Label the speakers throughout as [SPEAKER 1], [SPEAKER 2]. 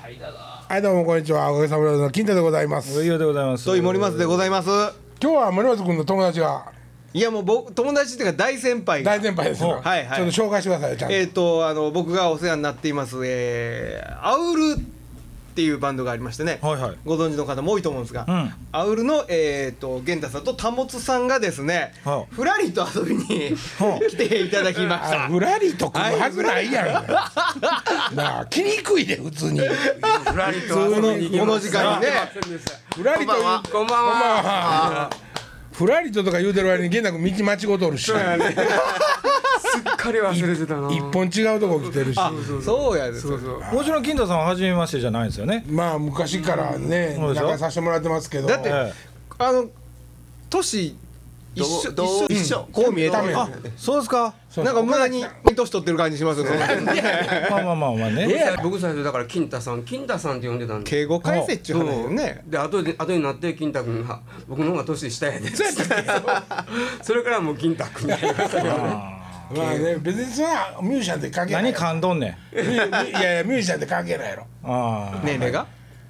[SPEAKER 1] はいどうもこんにちはおかげさまの金太でございます
[SPEAKER 2] いいよでございます。
[SPEAKER 3] ソイ森松でございます。
[SPEAKER 1] 今日は森松君の友達が
[SPEAKER 3] いやもう僕友達っていうか大先輩が
[SPEAKER 1] 大先輩ですよ、
[SPEAKER 3] はいはい
[SPEAKER 1] ちょっと紹介してくださいちゃんと、
[SPEAKER 3] えっ、とあの僕がお世話になっています、えー、アウルっていうバンドがありましてね、
[SPEAKER 2] はいはい
[SPEAKER 3] ご存知の方も多いと思うんですが、
[SPEAKER 2] うん
[SPEAKER 3] アウルのえっ、と源太さんと保つさんがですね、
[SPEAKER 2] はい
[SPEAKER 3] ふらりと遊びに
[SPEAKER 2] はあ
[SPEAKER 3] 来ていただきまし
[SPEAKER 1] あ
[SPEAKER 3] た。
[SPEAKER 1] ふらりと組むはずないやろ、なあ来にくいで普通に
[SPEAKER 4] ふらりと
[SPEAKER 3] こ
[SPEAKER 4] 遊
[SPEAKER 3] の
[SPEAKER 4] びに行き
[SPEAKER 3] この
[SPEAKER 4] ま
[SPEAKER 3] 時
[SPEAKER 4] す
[SPEAKER 3] 間にね、
[SPEAKER 1] ふら
[SPEAKER 4] こ
[SPEAKER 1] り
[SPEAKER 4] ん
[SPEAKER 1] と
[SPEAKER 4] ばんはこんばんは
[SPEAKER 1] まあふらりととか言うてる割に源太君道間違うとるし
[SPEAKER 4] すっかり忘れてたな
[SPEAKER 1] 一本違うとこ来てるし
[SPEAKER 3] そうやです
[SPEAKER 4] そうそう
[SPEAKER 2] もちろん金田さんは初めましてじゃないんですよね。
[SPEAKER 1] まあ昔からね
[SPEAKER 2] そうでしょ
[SPEAKER 1] 仲させてもらってますけど
[SPEAKER 3] だって
[SPEAKER 2] え
[SPEAKER 3] あの年一緒
[SPEAKER 4] どう
[SPEAKER 3] 一
[SPEAKER 4] 一緒
[SPEAKER 3] 緒こう見えた
[SPEAKER 1] ダメ
[SPEAKER 3] あ
[SPEAKER 2] えそうですか。
[SPEAKER 1] そう
[SPEAKER 3] なんか無駄に年取ってる感じしますよね。
[SPEAKER 2] まあまあまあまあね。
[SPEAKER 4] 僕最初だから金太さん金太さんって呼んでたんで
[SPEAKER 3] 敬語返せっちゅう話よね。
[SPEAKER 4] で後で後になって金太君が 僕の方が年下やで それからもう金太君になりましたけどね
[SPEAKER 1] まあね別にさミュージシャンって関係な
[SPEAKER 2] 何
[SPEAKER 1] い
[SPEAKER 2] 感動んねん。
[SPEAKER 1] ミュいやいやミュージシャンって関係ないやろ
[SPEAKER 2] あ
[SPEAKER 3] 年齢が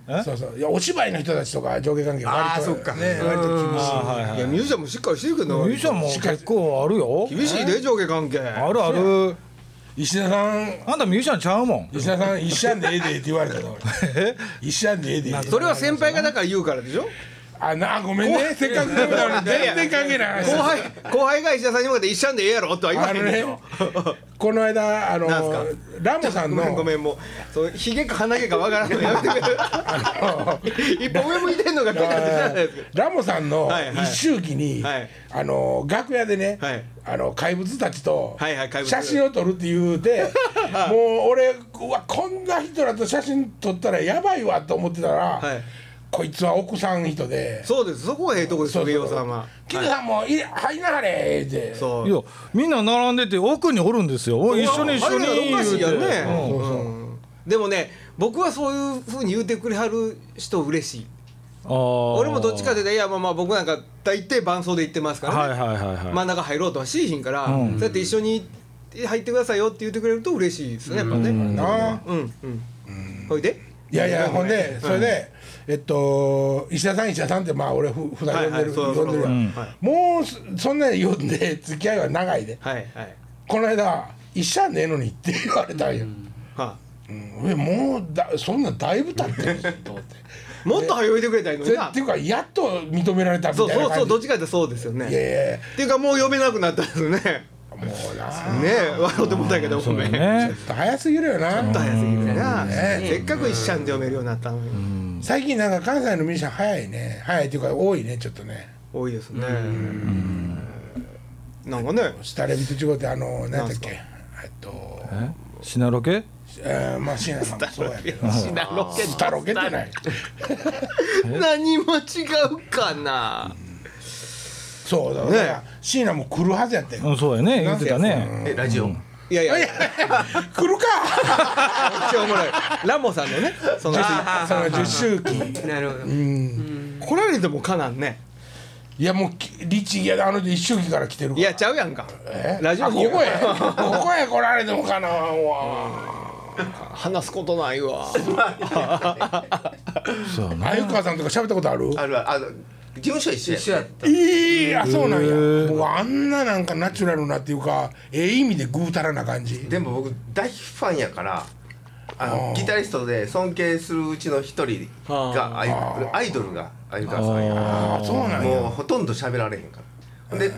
[SPEAKER 2] え
[SPEAKER 1] そうそういやお芝居の人たちとか上下関係割と
[SPEAKER 4] あーそっか
[SPEAKER 1] ね割と厳し
[SPEAKER 2] あ。はいはい
[SPEAKER 3] やミュージシャンもしっかりしてるけ
[SPEAKER 2] い。ミ
[SPEAKER 3] ど
[SPEAKER 2] ュージシャンも結構あるよ。
[SPEAKER 3] 厳しいで上下関係
[SPEAKER 2] あるある。
[SPEAKER 1] い石田さん
[SPEAKER 2] あんたミュージシャンちゃうもん。
[SPEAKER 1] 石田 さん一社でええでって言われたの
[SPEAKER 2] え
[SPEAKER 1] 一社でええで
[SPEAKER 3] それは先輩がだから言うからでしょ
[SPEAKER 1] あなあごめんねせっかくだから全然関係ない
[SPEAKER 3] 後輩後輩が石田さんに向かって一緒でええやろとは言わ
[SPEAKER 1] あ
[SPEAKER 3] へ
[SPEAKER 1] の
[SPEAKER 3] んで
[SPEAKER 1] ね
[SPEAKER 3] しょ
[SPEAKER 1] この間あの
[SPEAKER 3] なんすか
[SPEAKER 1] ラモさん
[SPEAKER 3] ごめんご
[SPEAKER 1] の
[SPEAKER 3] めんもうそうひげか鼻毛かわからんのやめてくれ一歩上向いてんのが気になってしゃあないですけど
[SPEAKER 1] ラモさんの
[SPEAKER 3] はいはい
[SPEAKER 1] 一周忌に
[SPEAKER 3] はい
[SPEAKER 1] あの楽屋でね
[SPEAKER 3] はい
[SPEAKER 1] あの怪物たちと
[SPEAKER 3] はいはい怪物
[SPEAKER 1] 写真を撮るって言う てもう俺うわこんな人らと写真撮ったらやばいわと思ってた
[SPEAKER 3] は
[SPEAKER 1] ら
[SPEAKER 3] い
[SPEAKER 1] こいつは奥さん人で
[SPEAKER 3] そうですそこはええとこですよ飯尾さんは
[SPEAKER 1] 「キムさんもい入りなはれ」って
[SPEAKER 3] そ
[SPEAKER 2] いうやみんな並んでて奥におるんですよ。おい一緒に一緒に
[SPEAKER 3] あれおかしいや
[SPEAKER 2] 言
[SPEAKER 3] んね
[SPEAKER 2] うてうん
[SPEAKER 3] うんでもね僕はそういうふうに言うてくれはる人嬉しい
[SPEAKER 2] ああ。
[SPEAKER 3] 俺もどっちかでいやまあまあ僕なんか大抵伴奏で行ってますからね、
[SPEAKER 2] はいはいはいはい。
[SPEAKER 3] 真ん中入ろうとはしいひんから、
[SPEAKER 2] うん
[SPEAKER 3] そうやって一緒に入ってくださいよって言ってくれると嬉しいですね、やっぱね。うん
[SPEAKER 1] なあ
[SPEAKER 3] うん、ほいで、
[SPEAKER 1] いやいやほんでそれでえっと石田さん石田さんってまあ俺ふ普段呼んでる
[SPEAKER 3] はいはいそう
[SPEAKER 1] 呼んでるわ
[SPEAKER 3] そうそう
[SPEAKER 1] もうそそんなに呼んで付き合いは長いで
[SPEAKER 3] はいはい、
[SPEAKER 1] この間「一社ねえのに」って言われたんよ
[SPEAKER 3] は
[SPEAKER 1] うんえもうだそんなだいぶ経ってると思って
[SPEAKER 3] あ、もっと早いてくれたらいいのに
[SPEAKER 1] ぜ
[SPEAKER 3] な
[SPEAKER 1] って。いうかやっと認められたみた
[SPEAKER 3] そ
[SPEAKER 1] いうな
[SPEAKER 3] そうそう、ど
[SPEAKER 1] 感
[SPEAKER 3] っちかってそうですよ
[SPEAKER 1] じいや
[SPEAKER 3] ね。
[SPEAKER 1] いやい
[SPEAKER 3] っていうかもう呼べなくなったんですね。ね
[SPEAKER 1] やもうな
[SPEAKER 3] え、笑うてもったけど、ご
[SPEAKER 2] そう
[SPEAKER 3] め
[SPEAKER 2] だ
[SPEAKER 3] ん。ち
[SPEAKER 2] ね
[SPEAKER 1] ちょ。っと早すぎるよ
[SPEAKER 3] ょっと
[SPEAKER 1] な
[SPEAKER 3] 早すぎるな。
[SPEAKER 1] ねえ
[SPEAKER 3] せっかく一社で呼べるようになったのに。
[SPEAKER 1] 最近なんか関西のミュージシャン早いね早いっていうか多いねちょっとね
[SPEAKER 3] 多いですね。なんかね、
[SPEAKER 1] スタレビと違うってあの何やったっけ
[SPEAKER 3] なん
[SPEAKER 1] えっと
[SPEAKER 2] えシナロケ？
[SPEAKER 1] えーまあ椎名さんもそうやけど
[SPEAKER 3] シナロケ
[SPEAKER 1] スタロケってない
[SPEAKER 3] 何も違うかな。
[SPEAKER 1] そうだから椎名も来るはずやってん
[SPEAKER 2] うんそうやね言ってたね。
[SPEAKER 4] えラジオ
[SPEAKER 3] いやいや。
[SPEAKER 1] 来 るか
[SPEAKER 3] 一応おもろいラモさんのねその
[SPEAKER 1] その10周期
[SPEAKER 4] なるほど
[SPEAKER 3] 来られてもかなんね
[SPEAKER 1] いやもうき律儀やであの人一周期から来てるから
[SPEAKER 3] いやちゃうやんか
[SPEAKER 1] え
[SPEAKER 3] ラジオ
[SPEAKER 1] あここへここへ来られてもかなわ
[SPEAKER 3] 話すことないわ
[SPEAKER 2] そうね。
[SPEAKER 1] 鮎川さんとか喋ったことある
[SPEAKER 4] あるある事務所一緒や一緒やった
[SPEAKER 1] いやそうなんや
[SPEAKER 2] へえ
[SPEAKER 1] もうあんななんかナチュラルなっていうかええ意味でぐうたらな感じ
[SPEAKER 5] でも僕大ファンやからあのギタリストで尊敬するうちの一人があゆアイドルが鮎川さんや
[SPEAKER 1] ああそうなんや
[SPEAKER 5] もうほとんど喋られへんからほんで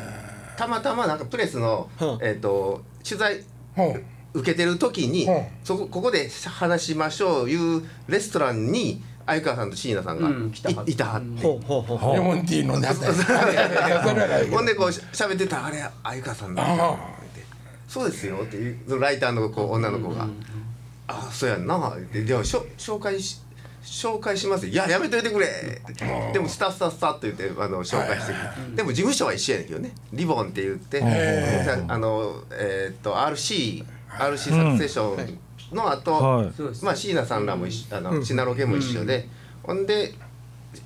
[SPEAKER 5] たまたまなんかプレスの、えっと取材
[SPEAKER 1] ほう
[SPEAKER 5] 受けてる時に、
[SPEAKER 1] うん
[SPEAKER 5] そこここで話しましょういうレストランに鮎川さんと椎名さんがい,、
[SPEAKER 4] うん来たはず
[SPEAKER 5] いたはって、
[SPEAKER 3] ほうほうほう
[SPEAKER 1] レモンティー飲んではった やついやいやそれはないけど
[SPEAKER 5] ほんでこうしゃべってたらあれ鮎川さんだって
[SPEAKER 1] あ
[SPEAKER 5] そうですよっていうそのライターの子女の子が「ああそうやんな」って「ではしょ紹介し紹介します」「いややめといてくれ」ってでもスタスタスタって言ってあの紹介してくるでも事務所は一緒やねんけどねリボンって言って
[SPEAKER 1] へ
[SPEAKER 5] あのえーっと RCRC サクセッションの
[SPEAKER 2] は
[SPEAKER 5] 後
[SPEAKER 2] い
[SPEAKER 4] そうです
[SPEAKER 5] まあ椎名さんらも一緒あのシナロケも一緒でほんで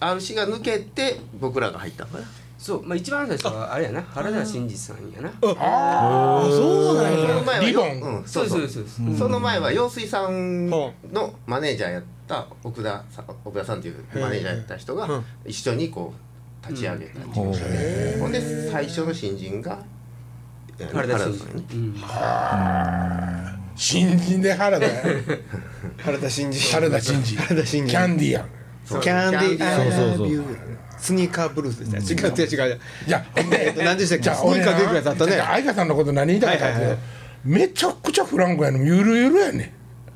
[SPEAKER 5] RC が抜けて僕らが入ったのかな
[SPEAKER 4] そうまあ一番最初はあれやな原田真二さんやな
[SPEAKER 2] あそうなん
[SPEAKER 5] その
[SPEAKER 2] や
[SPEAKER 5] 前は
[SPEAKER 1] リボン
[SPEAKER 5] うん、
[SPEAKER 4] そ
[SPEAKER 5] そうう
[SPEAKER 4] そ
[SPEAKER 5] そうう
[SPEAKER 4] そうです
[SPEAKER 5] その前は陽水さんのマネージャーやった奥田さん奥田さんっていうマネージャーやった人が一緒にこう立ち上げた事務所で、ほんで最初の新人がえー
[SPEAKER 4] 原田真二
[SPEAKER 5] さんね
[SPEAKER 1] 新人で原田や
[SPEAKER 3] 原田真二
[SPEAKER 1] 原田真二
[SPEAKER 3] 原田真二
[SPEAKER 1] キャンディーやん
[SPEAKER 5] そう
[SPEAKER 3] キャンディ
[SPEAKER 5] キ
[SPEAKER 3] ー
[SPEAKER 5] ャンディ
[SPEAKER 2] そうそうそう
[SPEAKER 3] ビュースニーカーブルースですね違う違う違う
[SPEAKER 1] じゃあ
[SPEAKER 3] えっと何でしたっけ
[SPEAKER 1] じゃあ
[SPEAKER 3] スニーカ
[SPEAKER 1] 俺な
[SPEAKER 3] ー出てくるやつあったね
[SPEAKER 1] じゃあ愛花さんのこと何言いたいかった
[SPEAKER 3] はいは
[SPEAKER 1] っ
[SPEAKER 3] い
[SPEAKER 1] てめちゃくちゃフランクやのゆるゆるやね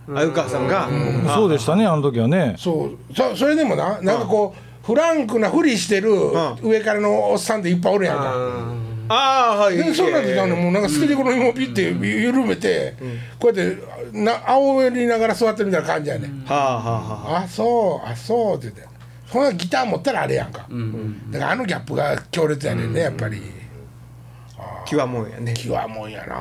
[SPEAKER 1] ん
[SPEAKER 3] 鮎川さんが
[SPEAKER 2] そうでしたねあの時はね
[SPEAKER 1] そうそそれでもななんかこうフランクなふりしてる
[SPEAKER 3] ん
[SPEAKER 1] 上からのおっさんっていっぱいおるやんか
[SPEAKER 3] ああはい
[SPEAKER 1] でそうなってたのもうなんか捨ててこの紐をピッて緩めてこうやってな煽りながら座ってるみたいな感じやねん
[SPEAKER 3] はあはあはあ
[SPEAKER 1] あそうあそうって言ってそんなギター持ったらあれやんかだからあのギャップが強烈やねんねやっぱり
[SPEAKER 3] 気はもうやね
[SPEAKER 1] 気はもんやな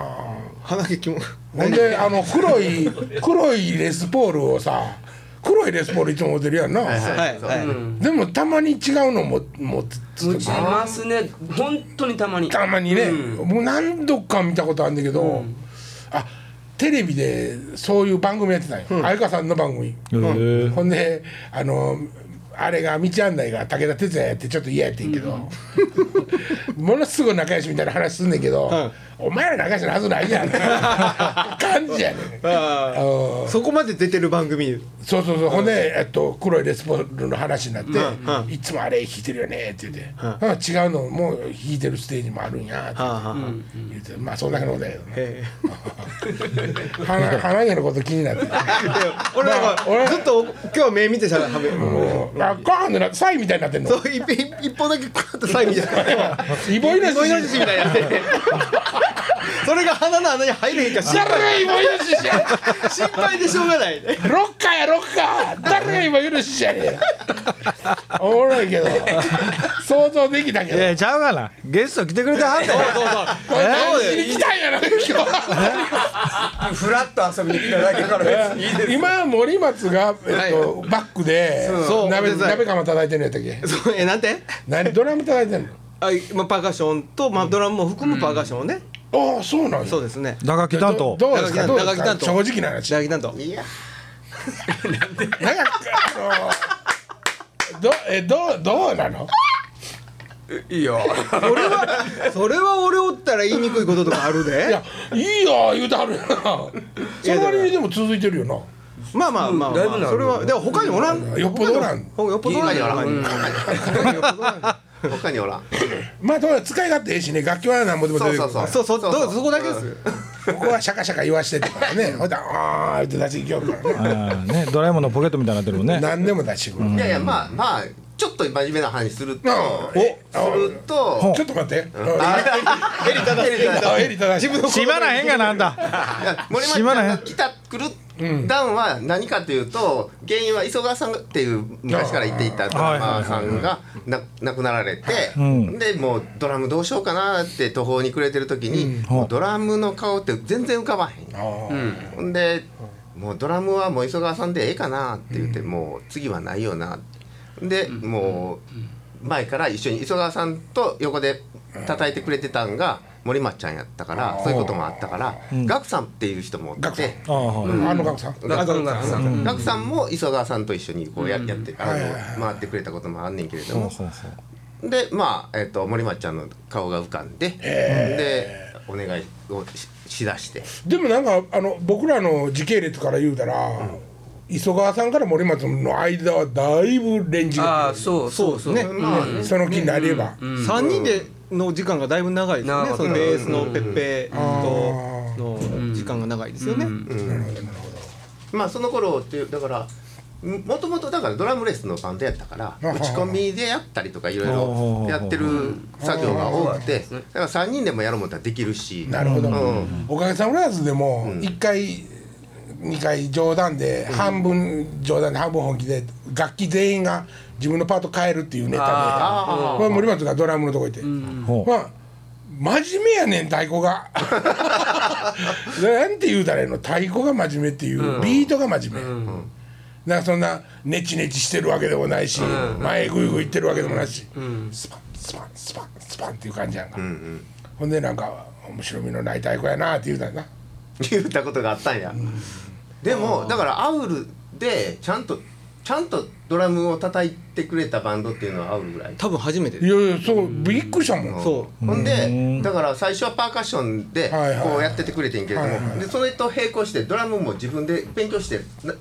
[SPEAKER 3] 鼻毛気も
[SPEAKER 1] ほんであの黒い黒いレスポールをさ黒いレスポールいつも持ってるやんな、
[SPEAKER 5] はい
[SPEAKER 3] は
[SPEAKER 5] はいいそう
[SPEAKER 3] はい
[SPEAKER 1] でもたまに違うのも持って
[SPEAKER 4] 持ちますね本当にたまに
[SPEAKER 1] たまにね、もう何度か見たことあるんだけど、あテレビでそういう番組やってたんよ相川さんの番組、
[SPEAKER 2] へえ
[SPEAKER 1] ほんであのあれが道案内が武田鉄矢やってちょっと嫌やってんけど、 ものすごい仲良しみたいな話すんねんけど、お前ら仲良しなはずない やん感じやねん
[SPEAKER 3] ああそこまで出てる番組
[SPEAKER 1] そうそうそう、ほんで、えっと、黒いレスポールの話になって
[SPEAKER 3] ん
[SPEAKER 1] 「いつもあれ弾いてるよね」って言って「あ違うのもう弾いてるステージもあるんや」って
[SPEAKER 3] ああ
[SPEAKER 1] 言ってまあそんだけのことやけどね
[SPEAKER 3] ええ
[SPEAKER 1] 花花毛のこと気になって
[SPEAKER 3] 俺なん
[SPEAKER 1] まあ俺
[SPEAKER 3] かずっと今日は目見てたらはめ
[SPEAKER 1] もうあガーンってなサイみたいになってんの
[SPEAKER 3] そう一品一本だけクワッとサインみたいな
[SPEAKER 1] イボイノシ
[SPEAKER 3] イノシ
[SPEAKER 1] シ
[SPEAKER 3] シみたいなねそれが鼻の穴に入れへんかし
[SPEAKER 1] 誰がイボイノシシや
[SPEAKER 3] 心配でしょうがない
[SPEAKER 1] ロッカーやロッカー誰がイボイノシシやねんおもろいけど想像できたけ
[SPEAKER 2] い
[SPEAKER 1] ど
[SPEAKER 2] やちゃうがなゲスト来てくれてはったよ
[SPEAKER 1] これ何しに来たんやろ今
[SPEAKER 4] フラッと遊びに来ただけから別に
[SPEAKER 1] 日今森松が、えっと、バックで
[SPEAKER 3] そう
[SPEAKER 1] 鍋
[SPEAKER 3] そう
[SPEAKER 1] 鍋釜叩いてんのやったっけ
[SPEAKER 3] そうえなんて
[SPEAKER 1] 何ドラム叩いてんの
[SPEAKER 3] あ、まあ、パーカッションと、まあ、ドラムも含むパーカッションをね、
[SPEAKER 1] ああそうなんや
[SPEAKER 3] そうですね
[SPEAKER 2] 打楽器担当
[SPEAKER 1] どうですかどうです
[SPEAKER 3] 長木担
[SPEAKER 1] か
[SPEAKER 3] 当
[SPEAKER 1] 正直な話
[SPEAKER 3] 打撃担当
[SPEAKER 5] いや
[SPEAKER 1] なんかあのどえどうどうなの
[SPEAKER 4] いい よ
[SPEAKER 3] 俺はそれは俺おったら言いにくいこととかある
[SPEAKER 1] い
[SPEAKER 3] で
[SPEAKER 1] やいいよ言うてはるやんその割にでも続いてるよな
[SPEAKER 3] まあまあまあ、ま
[SPEAKER 4] だ
[SPEAKER 3] あ
[SPEAKER 4] いぶなる
[SPEAKER 3] それはでも他におらん
[SPEAKER 1] よっぽどおらん
[SPEAKER 3] ほよっぽどおらんよ
[SPEAKER 5] 他にお
[SPEAKER 3] 他によっぽどおらん
[SPEAKER 5] 他におらん
[SPEAKER 1] まあどうやら使い勝手ええしね楽器は何ぼでも出
[SPEAKER 5] そ
[SPEAKER 1] て
[SPEAKER 5] う
[SPEAKER 1] くる
[SPEAKER 5] そうそう
[SPEAKER 3] そうそ
[SPEAKER 5] そうう
[SPEAKER 3] どうそこだけです
[SPEAKER 1] ここはシャカシャカ言わしてとからねほんであー言って出していきよるからね
[SPEAKER 2] あーねドラえもんのポケットみたいになってるもんね
[SPEAKER 1] 何でも出してくる
[SPEAKER 5] いやいやまあまあちょっと真面目な話すると
[SPEAKER 1] あ
[SPEAKER 5] すると
[SPEAKER 1] ちょっと待って
[SPEAKER 5] エリタだエリタ
[SPEAKER 1] あ襟正しい
[SPEAKER 2] 縛らへんがなあんた
[SPEAKER 5] いや森松さんが来た来る段は何かというと原因は磯川さんっていう昔から言っていたドラマーさんがな亡くなられて
[SPEAKER 2] ん
[SPEAKER 5] でもうドラムどうしようかなって途方に暮れてる時にもうドラムの顔って全然浮かばへん
[SPEAKER 1] あー
[SPEAKER 5] ほんでもうドラムはもう磯川さんでええかなって言って、もう次はないよなで、もう前から一緒に磯川さんと横で叩いてくれてたんが森松ちゃんやったからそういうこともあったから、ガクさんっていう人もお
[SPEAKER 1] ガ
[SPEAKER 5] っ
[SPEAKER 1] クさん
[SPEAKER 5] て。
[SPEAKER 2] ああはい
[SPEAKER 1] あのガクさん
[SPEAKER 5] ガクさん
[SPEAKER 4] ガクさん
[SPEAKER 5] ガクさんも磯川さんと一緒にこうや,、やってあの、
[SPEAKER 1] はいはいはい
[SPEAKER 5] 回ってくれたこともあんねんけれども、
[SPEAKER 2] そうそう
[SPEAKER 5] でまあ、えっと森松ちゃんの顔が浮かんで、でお願いをししだして
[SPEAKER 1] でもなんかあの僕らの時系列から言うたら、磯川さんから森松の間はだいぶレンジ
[SPEAKER 4] あ
[SPEAKER 1] が
[SPEAKER 4] あそうそうそう
[SPEAKER 3] ね
[SPEAKER 5] まあね、
[SPEAKER 1] その気になれば、
[SPEAKER 3] 三人での時間がだいぶ長いです
[SPEAKER 4] 長か
[SPEAKER 3] ね
[SPEAKER 4] った
[SPEAKER 3] そのベースのペッペとの時間が長いですよね
[SPEAKER 5] まあその頃っていうだからもともとだからドラムレスのバンドやったから
[SPEAKER 1] あはは
[SPEAKER 5] 打ち込みでやったりとかいろい
[SPEAKER 2] あは
[SPEAKER 5] ろ
[SPEAKER 2] は
[SPEAKER 5] やってる作業が多くてだから3人でもやろうもったらできるし
[SPEAKER 1] なるほど、
[SPEAKER 5] うん
[SPEAKER 1] おかげさまででも1回、2回冗談で半分冗談で半分本気で楽器全員が自分のパート変えるっていうネタで、
[SPEAKER 5] あ
[SPEAKER 1] まあ、森松がドラムのとこ行って、
[SPEAKER 2] ほう
[SPEAKER 1] まあ真面目やねん太鼓が でなんて言うたらいいの太鼓が真面目っていう、ビートが真面目、なんかそんなネチネチしてるわけでもないし、前グイグイ行ってるわけでもないし、スパンスパンスパンスパンっていう感じやんか、ほんでなんか面白みのない太鼓やなって言うたんやな
[SPEAKER 5] 言ったことがあったんや、でもだからアウルでちゃんとちゃんとドラムを叩いてくれたバンドっていうのはアウルぐらい
[SPEAKER 3] 多分初めて
[SPEAKER 1] いやいやそうびっくりしたもん
[SPEAKER 3] そ
[SPEAKER 5] ほんでだから最初はパーカッションで
[SPEAKER 1] はいはい
[SPEAKER 5] こうやっててくれてんけれども、
[SPEAKER 1] はいはい
[SPEAKER 5] でそれと並行してドラムも自分で勉強してな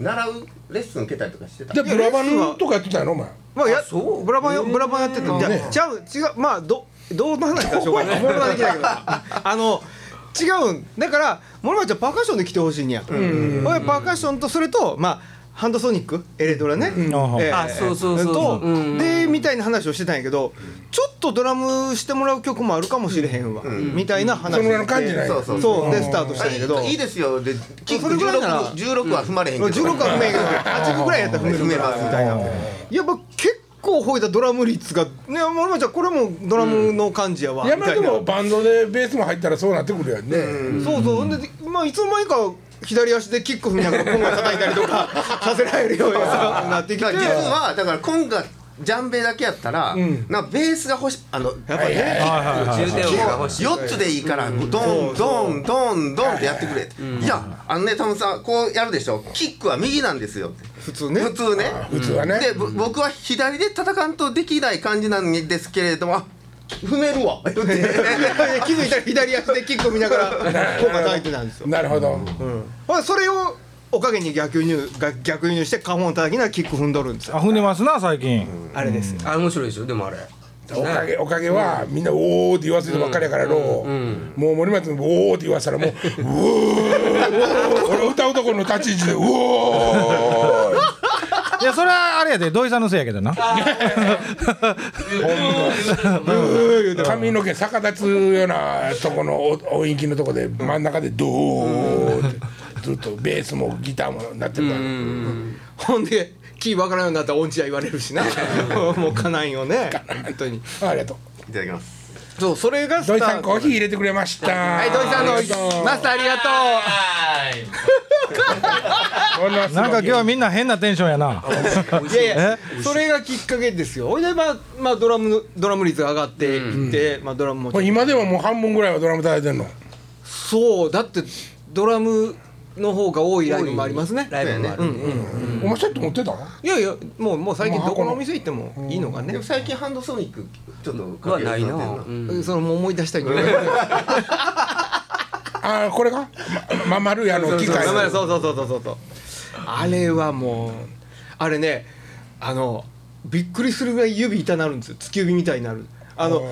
[SPEAKER 5] 習うレッスン受けたりとかしてた
[SPEAKER 1] でブラバンとかやってたやろお前
[SPEAKER 3] まあや
[SPEAKER 4] あそう
[SPEAKER 3] ブラバンよブラバンやってた、
[SPEAKER 1] うん
[SPEAKER 3] じゃ
[SPEAKER 1] ね
[SPEAKER 3] ちゃう違うまあどどうの話かしょうがないこれはできないけどあの違うんだから森町ちゃんパーカッションで来てほしいんや、うん、パーカッションとそれとまあハンドソニックエレドラね、
[SPEAKER 2] あは
[SPEAKER 4] あそうそうそうそう
[SPEAKER 3] と、
[SPEAKER 4] うん
[SPEAKER 3] でみたいな話をしてたんやけどちょっとドラムしてもらう曲もあるかもしれへんわ、みたいな話
[SPEAKER 1] そのぐらいの感じなんや
[SPEAKER 5] そうそう
[SPEAKER 3] そうでスタートしたんやけど
[SPEAKER 5] あいいですよでキッ
[SPEAKER 3] そ
[SPEAKER 5] ク
[SPEAKER 3] れぐらいなら
[SPEAKER 5] 16 16は踏まれへんけど
[SPEAKER 3] 16は踏めんけど8個ぐらいやったら踏める
[SPEAKER 5] 踏め
[SPEAKER 3] か
[SPEAKER 5] ま
[SPEAKER 3] ら
[SPEAKER 5] すみたいな
[SPEAKER 3] やっぱ結構ほいたドラム率がね森町ちゃんこれもドラムの感じやわ、み
[SPEAKER 1] 山
[SPEAKER 3] た
[SPEAKER 1] で
[SPEAKER 3] いな
[SPEAKER 1] もバンドでベースも入ったらそうなってくるやんね、
[SPEAKER 3] そうそう、で、まあ、いつの間にか左足でキック踏みながら、コンガ叩いたりと か、させられるようになってきて。
[SPEAKER 5] だから自分はだからコンガジャンベだけやったら、なんかベースが欲しあの
[SPEAKER 3] やっぱね、
[SPEAKER 4] 重点音が欲しい
[SPEAKER 5] 4つでいいからもうドンドンドンドンってやってくれって、いやあのねタムさんこうやるでしょキックは右なんですよって
[SPEAKER 3] 普通ね。
[SPEAKER 5] 普通ね
[SPEAKER 1] 普通はね
[SPEAKER 5] でぼ僕は左で叩かんとできない感じなんですけれどもあ踏めるわ言うて
[SPEAKER 3] 気づいたら左足でキック踏みながら、コンガ叩いてたんですよ。
[SPEAKER 1] なるほど、
[SPEAKER 3] ほらそれを、おかげに逆輸入、が逆輸入して、カモン叩きながらキック踏んどるんですよ。
[SPEAKER 2] あ踏んでますな最近
[SPEAKER 3] あれですよ。
[SPEAKER 4] あ面白いでしょでもあれ
[SPEAKER 1] おかげおかげはみんな「おお」って言わせてばっかりやからの、もう森松の「おお」って言わせたらもう「う おー」俺歌うとこの立ち位置で「うおー」
[SPEAKER 2] いやそれはあれやで土井さんのせいやけどな
[SPEAKER 1] 髪の毛逆立つようなとこのお音域のとこで真ん中で「ドー」ってずっとベースもギターもなってるから、
[SPEAKER 3] ほんで、キーわからんようになったら、音痴や言われるしな。 もう、かないよね。本当に。
[SPEAKER 1] ありがとう
[SPEAKER 5] いただきます
[SPEAKER 3] そう、それがスタ
[SPEAKER 1] 土
[SPEAKER 3] ー
[SPEAKER 1] 井
[SPEAKER 3] ト。
[SPEAKER 1] さんコーヒー入れてくれましたは
[SPEAKER 3] はい、土井さんの、マスターありがとう。
[SPEAKER 2] なんか今日はみんな変なテンションや ない
[SPEAKER 3] やいやそれがきっかけですよほいでまあ、まあ、ドラムのドラム率が上がっていって、まあ、ドラムも
[SPEAKER 1] これ今ではもう半分ぐらいはドラム叩いてんの
[SPEAKER 3] そうだってドラムの方が多いライブもありますね
[SPEAKER 4] ライブもあるね
[SPEAKER 1] お前セット持ってた
[SPEAKER 3] いやいやもうもう最近
[SPEAKER 1] もう
[SPEAKER 3] どこのお店行ってもいいのが
[SPEAKER 5] で
[SPEAKER 3] ね
[SPEAKER 5] も、最近ハンドソニックちょっと
[SPEAKER 4] はないなう
[SPEAKER 5] かけるようにってる
[SPEAKER 4] ん
[SPEAKER 3] そのもう思い出したいけど
[SPEAKER 1] ああこれがまままるやの機械
[SPEAKER 3] そうそうそうそうそうそうそうあれはもうあれねあのびっくりするぐらい指痛なるんですよ突き指みたいになるあの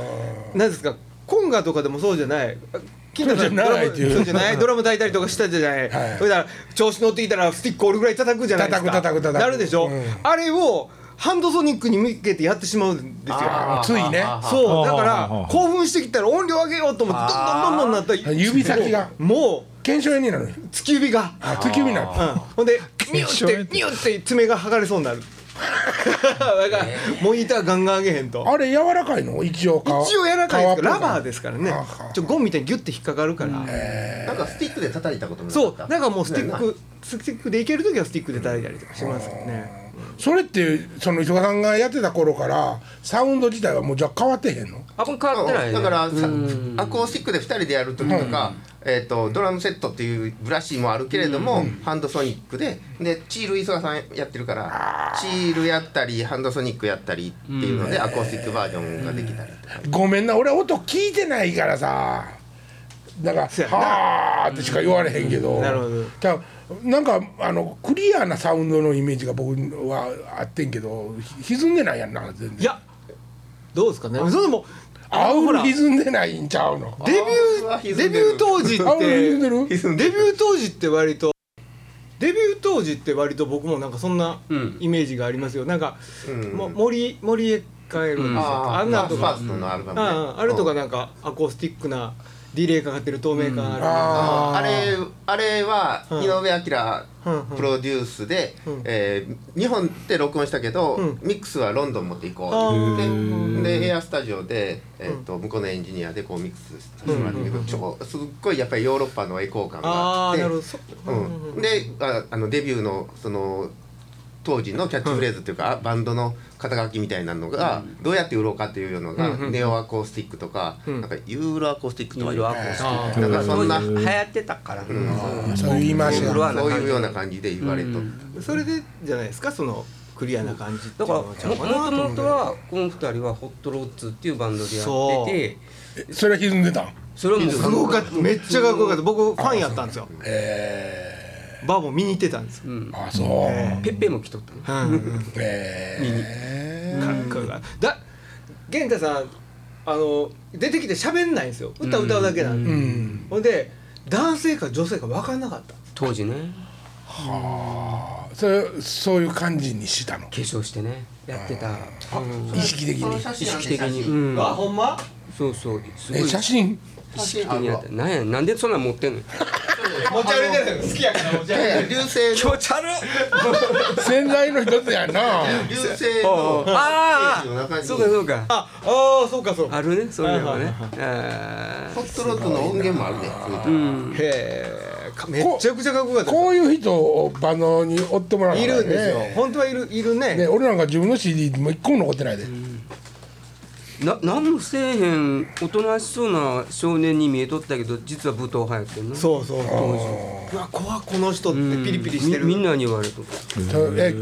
[SPEAKER 3] 何ですかコンガとかでもそうじゃない金太さ
[SPEAKER 1] そう
[SPEAKER 3] ん
[SPEAKER 1] じゃないって
[SPEAKER 3] ド
[SPEAKER 1] いう
[SPEAKER 3] ラムそうじゃないドラム叩いたりとかしたじゃない、
[SPEAKER 1] はい
[SPEAKER 3] それだら調子乗ってきたらスティック折るぐらい叩くじゃないですか
[SPEAKER 1] 叩く叩く叩く
[SPEAKER 3] なるでしょ、
[SPEAKER 1] うん
[SPEAKER 3] あれをハンドソニックに向けてやってしまうんですよ
[SPEAKER 1] あーついね
[SPEAKER 3] そうだか
[SPEAKER 2] あー
[SPEAKER 3] ら興奮してきたら音量上げようと思ってどんどんどんどんなったら
[SPEAKER 1] 指先が
[SPEAKER 3] も
[SPEAKER 1] 検証用になる
[SPEAKER 3] う突き指が
[SPEAKER 1] あ月見なる
[SPEAKER 3] うん、ほんでミュ
[SPEAKER 2] 一緒や
[SPEAKER 3] ッてミュッて爪が剥がれそうになるだからモニターガンガン上げへんと
[SPEAKER 1] あれ柔らかいの一応皮
[SPEAKER 3] 一応柔らかいですけど
[SPEAKER 1] 皮っ
[SPEAKER 3] ラ
[SPEAKER 1] ぽさ
[SPEAKER 3] バーですからね
[SPEAKER 1] あはあ
[SPEAKER 3] ちょゴムみたいにギュッて引っかかるから、
[SPEAKER 5] なんかスティックで叩いたこともなか
[SPEAKER 3] そ
[SPEAKER 5] っ
[SPEAKER 3] う
[SPEAKER 5] た
[SPEAKER 3] だからもうスティックスティックでいける時はスティックで叩いたりとかしますよね
[SPEAKER 1] それってその磯川さんがやってた頃からサウンド自体はもうじゃあ変わってへんの
[SPEAKER 4] あこれ変わってないね
[SPEAKER 5] だからさアコースティックで2人でやる時とか、えー、とドラムセットっていうブラシもあるけれども、ハンドソニックででチール磯田さんやってるからチールやったりハンドソニックやったりっていうので、アコースティックバージョンができたりとか、
[SPEAKER 1] ごめんな俺音聞いてないからさだから
[SPEAKER 3] そう
[SPEAKER 1] 「
[SPEAKER 3] やな
[SPEAKER 1] はあ」ってしか言われへんけど、
[SPEAKER 3] なるほど
[SPEAKER 1] じゃあなんかあのクリアなサウンドのイメージが僕はあってんけどひ歪んでないやんな全
[SPEAKER 3] い
[SPEAKER 1] 然
[SPEAKER 3] やどうですかねそれでも
[SPEAKER 1] アウ
[SPEAKER 3] ほ
[SPEAKER 1] ル
[SPEAKER 3] らデビ
[SPEAKER 1] 歪んでないんちゃうの
[SPEAKER 3] ュ
[SPEAKER 5] 青は歪
[SPEAKER 3] ー
[SPEAKER 5] ん
[SPEAKER 3] デ
[SPEAKER 5] でる
[SPEAKER 3] ビュー当時って
[SPEAKER 1] アウル歪んでる
[SPEAKER 5] 歪んで
[SPEAKER 3] デビュー当時って割とデビュー当時って割と僕もなんかそんな
[SPEAKER 4] うん
[SPEAKER 3] イメージがありますよなんか、
[SPEAKER 5] うん
[SPEAKER 3] も森森へ帰るんですよ、
[SPEAKER 4] うん
[SPEAKER 3] あんなんと
[SPEAKER 5] まあ
[SPEAKER 3] か
[SPEAKER 5] ファーストのアルバムね
[SPEAKER 3] あああれとかなんかアコースティックなディレイかかってる透明感ある、
[SPEAKER 5] あ
[SPEAKER 1] あ
[SPEAKER 5] れあれは
[SPEAKER 3] うん
[SPEAKER 5] 井上明プロデュースで、
[SPEAKER 3] うん
[SPEAKER 5] えー日本で録音したけど、
[SPEAKER 3] うん
[SPEAKER 5] ミックスはロンドン持っていこうって言ってでエアスタジオで、えー、と向こうのエンジニアでこうミックスしてもらってんだけど、ちょすっごいやっぱりヨーロッパのエコー感が
[SPEAKER 3] あ
[SPEAKER 5] あっ
[SPEAKER 3] ー
[SPEAKER 5] て
[SPEAKER 3] なるほどそ
[SPEAKER 5] うん、でああのデビューのその当時のキャッチフレーズっていうか、あバンドの肩書きみたいなのが、どうやって売ろうかっていうのが、ネオアコースティックとか、なんかユーロアコースティックとか
[SPEAKER 4] ユーロアコースティな
[SPEAKER 5] な
[SPEAKER 4] んん
[SPEAKER 5] か
[SPEAKER 4] か
[SPEAKER 5] そ
[SPEAKER 4] そ
[SPEAKER 5] ん
[SPEAKER 4] ん
[SPEAKER 5] な
[SPEAKER 4] な流行ってたから、
[SPEAKER 1] あそういう言い回し
[SPEAKER 4] ユ
[SPEAKER 1] や
[SPEAKER 4] ーロは
[SPEAKER 5] そういうような感じで言われと、
[SPEAKER 3] それでじゃないですかそのクリアな感じってい
[SPEAKER 4] だ
[SPEAKER 3] う
[SPEAKER 4] から
[SPEAKER 3] の
[SPEAKER 4] も
[SPEAKER 3] がちゃうかなと
[SPEAKER 4] と
[SPEAKER 3] 思
[SPEAKER 4] も
[SPEAKER 3] う
[SPEAKER 4] とはこの二人はホットロッツっていうバンドでやってて
[SPEAKER 1] それは歪んでたん
[SPEAKER 4] それはもう
[SPEAKER 3] すごかっためっちゃかっこよかった僕ファンやったんですよ
[SPEAKER 1] え
[SPEAKER 3] バーボン見に行ってたんですよ、
[SPEAKER 1] ー、あそう
[SPEAKER 4] ペッペも来とったの
[SPEAKER 3] うん
[SPEAKER 1] え
[SPEAKER 3] かっこよかっただ玄太さんあの出てきて喋んないんですよ歌歌うだけなんで、
[SPEAKER 1] ー、うん
[SPEAKER 3] ほんで男性か女性か分かんなかった
[SPEAKER 4] 当時ね
[SPEAKER 1] あそれそういう感じにしたの
[SPEAKER 4] 化粧してねやってた
[SPEAKER 1] 意識的に
[SPEAKER 4] 意識的にうん
[SPEAKER 3] ほんま
[SPEAKER 4] そうそうすご
[SPEAKER 1] え
[SPEAKER 4] い意
[SPEAKER 1] 写真
[SPEAKER 4] 識的にやったなんやなんでそんなん持ってんの
[SPEAKER 3] 持ち歩いてないの好きやから持ち歩いて
[SPEAKER 5] 流星
[SPEAKER 4] 気
[SPEAKER 5] の
[SPEAKER 4] 持ち悪っ
[SPEAKER 1] 洗剤の一つやな
[SPEAKER 5] 流星の
[SPEAKER 4] あ
[SPEAKER 5] ステージの中
[SPEAKER 4] あ
[SPEAKER 5] に
[SPEAKER 4] そうかそうか
[SPEAKER 3] ああーそうかそうか
[SPEAKER 4] あるねそういうのがね
[SPEAKER 3] はい
[SPEAKER 4] あ
[SPEAKER 5] ホットロットの音源もあるね
[SPEAKER 4] ーうん
[SPEAKER 3] へえかめっちゃくちゃかっこよかった
[SPEAKER 1] こういう人を場のに追ってもらう
[SPEAKER 3] いるんですよ
[SPEAKER 1] ね
[SPEAKER 3] 本当はいるいるね
[SPEAKER 1] ね俺なんか自分の CD もう一個も残ってないで、
[SPEAKER 4] な何もせえへんおとなしそうな少年に見えとったけど実は武闘派やってんな
[SPEAKER 3] そうそうそううわ怖っこの人ってピリピリしてる
[SPEAKER 4] みみんなに言われと
[SPEAKER 1] そうえ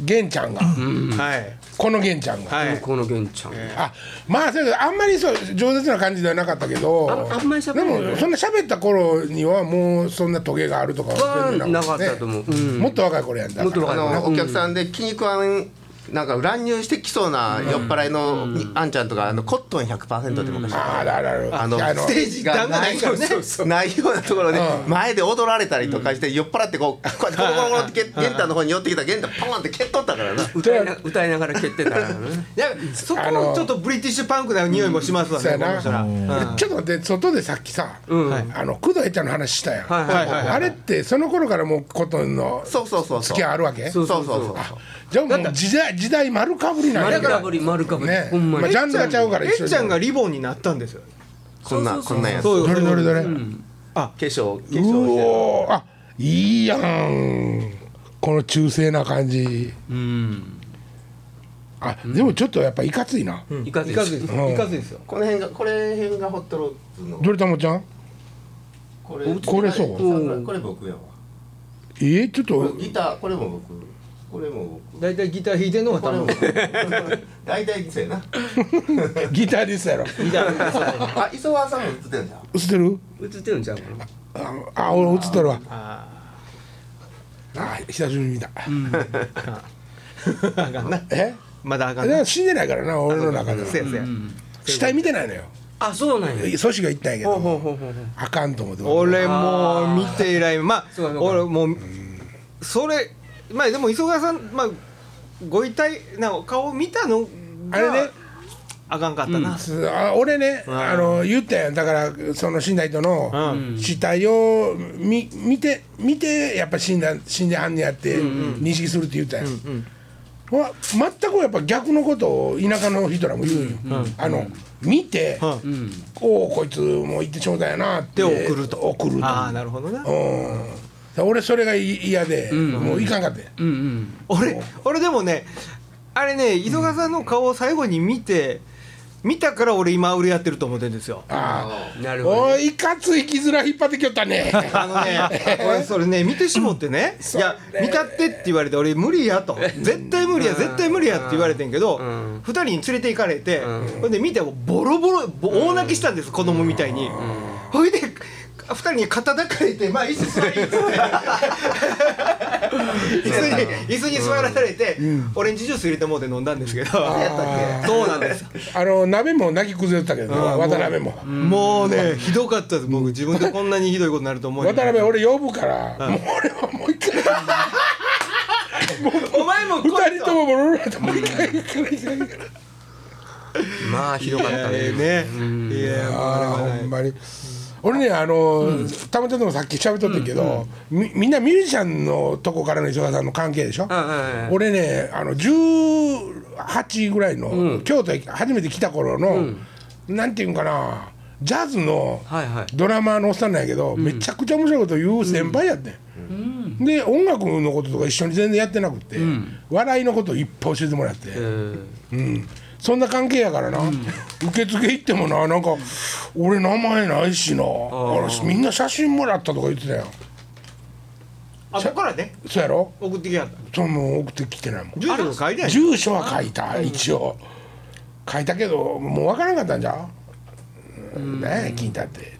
[SPEAKER 1] 玄ちゃんが、
[SPEAKER 3] はい
[SPEAKER 1] この玄ちゃんが、
[SPEAKER 3] はい
[SPEAKER 4] この源ちゃん、
[SPEAKER 1] あまあそうやけどあんまりそう饒舌な感じではなかったけど
[SPEAKER 4] ああんまり喋
[SPEAKER 1] で
[SPEAKER 4] らない
[SPEAKER 1] もそんな喋った頃にはもうそんなトゲがあるとかは
[SPEAKER 4] はなかったと思う、うん
[SPEAKER 1] もっと若い頃やんだ
[SPEAKER 4] もっと若
[SPEAKER 5] あ
[SPEAKER 4] い
[SPEAKER 5] のお客さんで気に食わんなんか乱入してきそうな酔っ払いのにあんちゃんとかあのコットン100%って昔
[SPEAKER 1] ああだる
[SPEAKER 5] あの
[SPEAKER 3] ステージ
[SPEAKER 5] が
[SPEAKER 3] 段が
[SPEAKER 5] な
[SPEAKER 3] ない
[SPEAKER 5] い
[SPEAKER 3] からね
[SPEAKER 5] ないようなところで前で踊られたりとかして酔っ払ってこうこうやってコロコロコロってけ玄太の方に寄ってきた玄太パンって蹴っとったからな
[SPEAKER 4] 歌いな歌いながら蹴ってたからね
[SPEAKER 3] いやそこ
[SPEAKER 1] あの
[SPEAKER 3] もちょっとブリティッシュパンクな匂いもしますわ
[SPEAKER 1] そう
[SPEAKER 3] ね
[SPEAKER 1] や
[SPEAKER 3] こ
[SPEAKER 1] な
[SPEAKER 3] の人らうんは
[SPEAKER 1] ちょっと待って外でさっきさ、あの工藤ちゃんの話したやん、
[SPEAKER 4] はいはいはい
[SPEAKER 1] あれってその頃からもうコトンの
[SPEAKER 5] そうそうそうそう
[SPEAKER 1] 付き合いあるわけ
[SPEAKER 5] そうそうそうそう
[SPEAKER 1] じゃあもう時代時代丸かぶりなんや
[SPEAKER 4] 丸
[SPEAKER 1] けど
[SPEAKER 4] かぶり丸かぶり、
[SPEAKER 1] ね
[SPEAKER 4] ほんまに、
[SPEAKER 1] まあジャンルがちゃうから
[SPEAKER 3] い
[SPEAKER 1] 一緒
[SPEAKER 3] えっ
[SPEAKER 1] に
[SPEAKER 3] ちゃんがリボンになったんですよ
[SPEAKER 5] こんなこんなんやつ化
[SPEAKER 1] どれどれどれ、
[SPEAKER 5] 粧化
[SPEAKER 1] う
[SPEAKER 5] 粧して
[SPEAKER 1] おーあいいやんこの中性な感じ
[SPEAKER 4] うん
[SPEAKER 1] あでもちょっとやっぱいかついな、
[SPEAKER 4] いかず
[SPEAKER 3] い
[SPEAKER 4] で
[SPEAKER 3] か
[SPEAKER 4] す
[SPEAKER 3] ずいです
[SPEAKER 1] うん
[SPEAKER 3] いかずいですよ
[SPEAKER 5] この辺がこれ辺がホットロッズの
[SPEAKER 1] どれたもちゃん
[SPEAKER 5] これ
[SPEAKER 1] これそう
[SPEAKER 5] これ僕やわ
[SPEAKER 1] えー、ちょっ
[SPEAKER 5] ことれギターこれも僕これも僕
[SPEAKER 3] 大体ギター弾いてんのが
[SPEAKER 5] こ
[SPEAKER 3] 多
[SPEAKER 5] れも
[SPEAKER 3] 分
[SPEAKER 5] 僕 大体そうやな
[SPEAKER 1] ギターですやろ
[SPEAKER 5] あ磯川さんも映ってんじゃん
[SPEAKER 1] 映ってる
[SPEAKER 4] 映ってるんちゃうかな
[SPEAKER 1] ああ俺映ってるわ
[SPEAKER 3] あ
[SPEAKER 1] あ久しぶりに見た、
[SPEAKER 3] ーあかんな
[SPEAKER 1] え
[SPEAKER 3] まだあか
[SPEAKER 1] だ
[SPEAKER 3] ん
[SPEAKER 1] か
[SPEAKER 3] な
[SPEAKER 1] ら死んでないからな俺の中では
[SPEAKER 3] せやせや
[SPEAKER 1] 死体見てないのよ
[SPEAKER 4] あそうなんや
[SPEAKER 1] 阻止が言ったんやけ
[SPEAKER 4] ほうほう
[SPEAKER 1] ど
[SPEAKER 4] ほうほう
[SPEAKER 1] あかんと思って
[SPEAKER 3] 俺もう見て以来ま
[SPEAKER 4] そうな
[SPEAKER 3] あ
[SPEAKER 4] のか
[SPEAKER 3] 俺もうそれまあでも磯川さんまあご遺体なんか顔見たのが
[SPEAKER 1] あれね
[SPEAKER 3] あかんかったな
[SPEAKER 1] すあ俺ね、あの言ったやんだからその死んだ人の
[SPEAKER 3] う
[SPEAKER 1] 死体を見見て見てやっぱ死んだ死んではんねやって認識するって言ったやん、ほら全くやっぱ逆のことを田舎の人らも言うんよ、あの見て、
[SPEAKER 3] うん
[SPEAKER 1] おおこいつもう行ってちょうだいなって
[SPEAKER 3] で送ると
[SPEAKER 1] 送ると
[SPEAKER 3] ああなるほどな
[SPEAKER 1] うん俺それがい嫌で、もういかんかって、
[SPEAKER 4] うんうん
[SPEAKER 3] 俺俺でもねあれね磯川さんの顔を最後に見て見たから俺今売りやってると思ってるんですよ
[SPEAKER 1] ああ
[SPEAKER 4] なるほど
[SPEAKER 1] おいいかついきづら引っ張ってきよったね
[SPEAKER 3] あのね俺それね見てしもってね「いや見たって」って言われて俺無理やと「絶対無理や絶対無理や」って言われてんけど
[SPEAKER 4] うん
[SPEAKER 3] 二人に連れて行かれてほんで見てボロボロぼ大泣きしたんです子供みたいにほいで二人に肩抱かれて「まあ椅子座り」 っつって椅子に椅子に座らされてオレンジジュース入れてもうて飲んだんですけどそうなんです
[SPEAKER 1] あの鍋も泣き崩れてたけどね
[SPEAKER 3] あー
[SPEAKER 1] 渡辺も
[SPEAKER 3] もうねひどかったです僕自分でこんなにひどいことになると思う
[SPEAKER 1] 渡辺俺呼ぶからもう俺はもう一回
[SPEAKER 3] お前も来いと
[SPEAKER 1] 二人ともボロボロともう一回行かないかないから
[SPEAKER 4] まあひどかった
[SPEAKER 3] ね。いや
[SPEAKER 4] ね
[SPEAKER 3] もうあれ
[SPEAKER 1] あー
[SPEAKER 3] はない
[SPEAKER 1] ほんまに俺ねあのたまちゃんともさっき喋っとったけどみみんなミュージシャンのとこからの石川さんの関係でしょ
[SPEAKER 4] うんうんうん
[SPEAKER 1] 俺ねあの18ぐらいの京都へ初めて来た頃のなんていうんかなジャズの
[SPEAKER 4] はいはい
[SPEAKER 1] ドラマーのおっさんなんやけどめちゃくちゃ面白いこと言う先輩やってんで音楽のこととか一緒に全然やってなくて、笑いのことをいっぱい教えてもらって、うん、そんな関係やからな、受付行ってもななんか俺名前ないしなあれみんな写真もらったとか言ってたよ
[SPEAKER 3] 後からね
[SPEAKER 1] そうやろ
[SPEAKER 3] 送ってきやった
[SPEAKER 1] その送ってきてないもん
[SPEAKER 3] 住所も書いてない
[SPEAKER 1] 住所は書いた一応書いたけどもうわからんかったんじゃうねえ聞いたって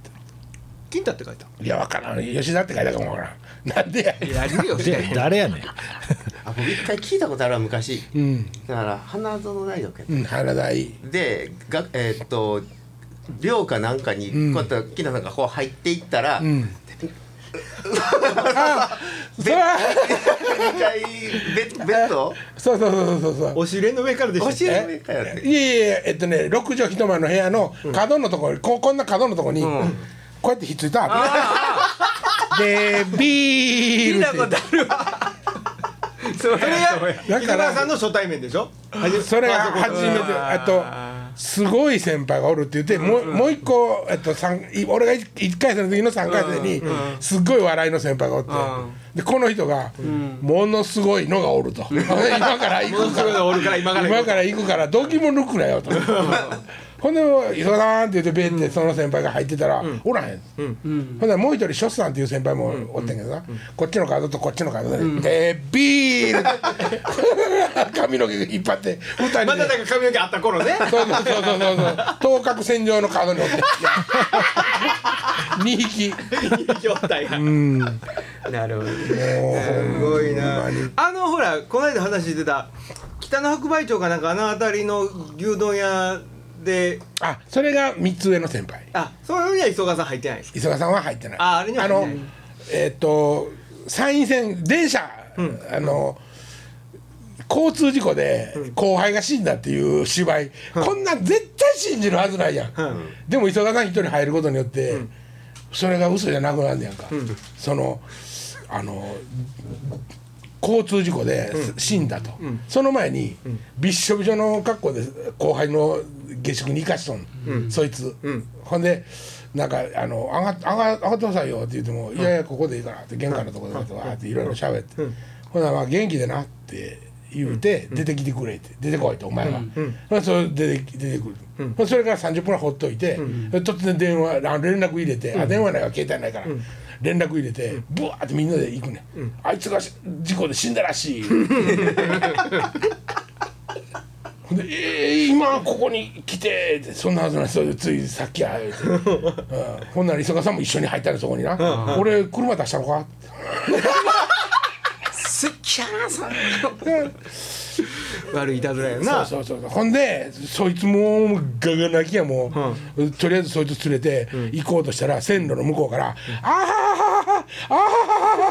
[SPEAKER 3] 金太って書いた
[SPEAKER 1] いやわからん吉田って書いたかもわからんなんでや
[SPEAKER 3] いや何よ
[SPEAKER 2] で誰やねん
[SPEAKER 5] あ僕一回聞いたことあるわ昔
[SPEAKER 1] うん、
[SPEAKER 5] だから花園大学やっ
[SPEAKER 1] うん、原台
[SPEAKER 5] たでがえーっと寮かなんかにこうやって木田さんがこう入っていったら、
[SPEAKER 1] うんあそれは
[SPEAKER 5] 2階ベッベッド
[SPEAKER 1] そうそうそうそうそう
[SPEAKER 3] お尻の上からでした
[SPEAKER 5] お
[SPEAKER 3] っけ
[SPEAKER 5] 尻の上からやって
[SPEAKER 1] いやいやいやえっとね6畳一間の部屋の角のところ、こうこんな角のところに、
[SPEAKER 4] ん
[SPEAKER 1] こうやってひっついたでビー
[SPEAKER 4] 聞
[SPEAKER 1] ル
[SPEAKER 4] い
[SPEAKER 1] ったて
[SPEAKER 4] ことあるわ それやそれや
[SPEAKER 1] だ
[SPEAKER 3] 木
[SPEAKER 1] から
[SPEAKER 3] 村さんの初対面でしょ
[SPEAKER 1] それが
[SPEAKER 3] あそうか
[SPEAKER 1] 初めてあとすごい先輩がおるって言ってもう,、もう一個、えっと、三俺が1回生の時の3回生にすっごい笑いの先輩がおってでこの人がものすごいのがおる と今から行く
[SPEAKER 3] す
[SPEAKER 1] か
[SPEAKER 3] ごい
[SPEAKER 1] ら
[SPEAKER 3] のおるから今から
[SPEAKER 1] 今から行くからどきも抜くなよ とほんで「磯田さん」って言ってベンってその先輩が入ってたら、おらへん、ほんでもう一人ショスさんっていう先輩もおってんけどな、こっちのカードとこっちのカードで、でビール 髪の毛引っ張って二人で
[SPEAKER 3] まだなんか髪の毛あった頃ね
[SPEAKER 1] そうそうそうそうそうそう頭角線上のカードに乗っ て2匹も
[SPEAKER 3] 状態が
[SPEAKER 4] なるほど
[SPEAKER 1] う
[SPEAKER 3] すごい
[SPEAKER 1] ほ
[SPEAKER 3] なん
[SPEAKER 1] まに
[SPEAKER 3] あのほらこの間話してた北の白梅町かなんかあの辺りの牛丼屋で
[SPEAKER 1] あそれが3つ上の先輩
[SPEAKER 3] あそういうのには磯川さん入ってないです
[SPEAKER 1] 磯川さんは入ってない
[SPEAKER 3] ああれには入っ
[SPEAKER 1] の
[SPEAKER 3] てない
[SPEAKER 1] えっ、と参院選電車、あの交通事故で後輩が死んだっていう芝居、こんなん絶対信じるはずないやん、
[SPEAKER 3] ん
[SPEAKER 1] でも磯川さん一人入ることによって、それが嘘じゃなくなるんねやんか、そのあの交通事故で死んだと、その前に、びっしょびしょの格好で後輩の下宿に行かしとん、そいつ、ほんでなんかあの上が「上が上がってくださいよ」って言っても「いやいやここでいいから」って玄関のとこでとかっていろいろ喋って、ほんならまあ「元気でな」って言うて「出てきてくれ」って「出てこい」とお前は、まあ、それで出て出てくる、まあ、それから30分ほっといて、突然電話あ連絡入れて、あ電話ないわ携帯ないから。連絡入れてブワーってみんなで行くね、ん、あいつがし事故で死んだらし いほんで「えー、今ここに来て」ってそんなはずないそうついさっきや言う て、うんほんなら磯川さんも一緒に入ったらそこにな「俺車出したのか?」って
[SPEAKER 4] すっきゃーそんな
[SPEAKER 3] 悪いいたずらやな
[SPEAKER 1] そうそうそうほんでそいつもうガガ泣きやもう、とりあえずそいつ連れて行こうとしたら線路の向こうから「あはははあは